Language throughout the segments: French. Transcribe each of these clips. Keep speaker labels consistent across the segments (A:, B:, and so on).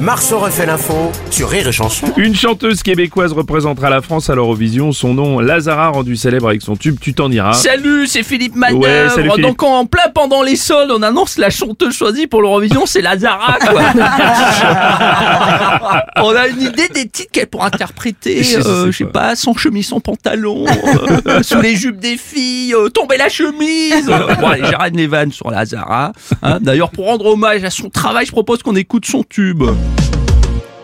A: Marceau refait l'info sur Rire et Chanson.
B: Une chanteuse québécoise représentera la France à l'Eurovision. Son nom, Lazara, rendu célèbre avec son tube Tu t'en iras.
C: Salut, c'est Philippe
B: Ah. Ouais,
C: Manœuvre.
B: salut, Philippe.
C: Donc en plein pendant les soldes, on annonce la chanteuse choisie pour l'Eurovision, c'est Lazara quoi. on a une idée des titres qu'elle pourra interpréter.
B: C'est- c'est-
C: euh,
B: c'est
C: Je sais
B: quoi
C: pas, sans chemise, sans pantalon, euh, sous les jupes des filles, euh, tomber la chemise. Euh, bon, allez, j'arrête les vannes sur Lazara. hein. D'ailleurs, pour rendre hommage à son travail, je propose qu'on écoute son tube.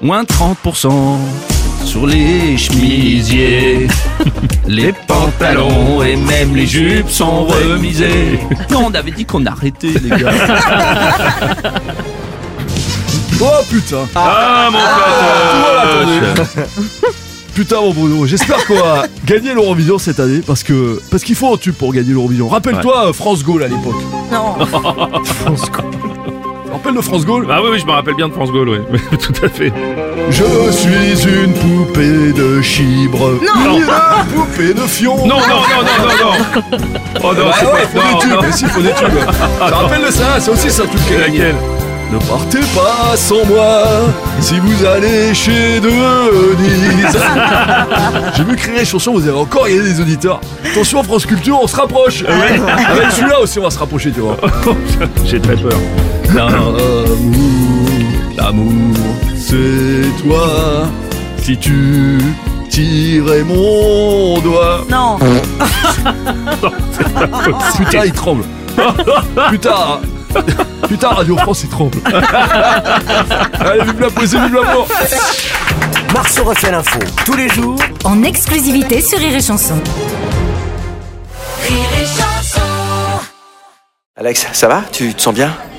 C: Moins 30% sur les chemisiers. Les pantalons et même les jupes sont remisés. Non, on avait dit qu'on arrêtait, les gars.
D: Oh putain
B: Ah, mon pote
D: Putain mon Bruno, j'espère qu'on va gagner l'Eurovision cette année parce que parce qu'il faut un tube pour gagner l'Eurovision. Rappelle-toi euh, France Gaulle à l'époque. Non. France Gaulle. Tu te rappelles de France Gaulle
B: Ah oui, oui, je me rappelle bien de France Gaulle, oui. Tout à fait.
D: Je suis une poupée de chibre.
B: Non.
D: Une poupée de fion.
B: Non, non, non, non, non, non Oh non,
D: Ah
B: c'est
D: ouais,
B: pas...
D: faut des tubes,
B: Non, non,
D: mais si, faut des tubes. Ça rappelle ça, c'est aussi ça un tube qui
B: c'est
D: a gagné.
B: laquelle
D: Ne partez pas sans moi si vous allez chez Denise. J'ai vu créer les chansons, vous avez encore gagné des auditeurs. Attention, France Culture, on se rapproche. Avec celui-là aussi, on va se rapprocher, tu vois.
B: J'ai très peur.
D: L'amour, l'amour, c'est toi. Si tu tirais mon doigt. Non. Putain, il tremble. Putain. Putain, Radio France, il tremble. Allez, vive la poésie, vive l'amour.
A: Marceau refait l'info tous les jours
E: en exclusivité sur Rire et Chanson.
F: Alex, ça va Tu te sens bien Euh,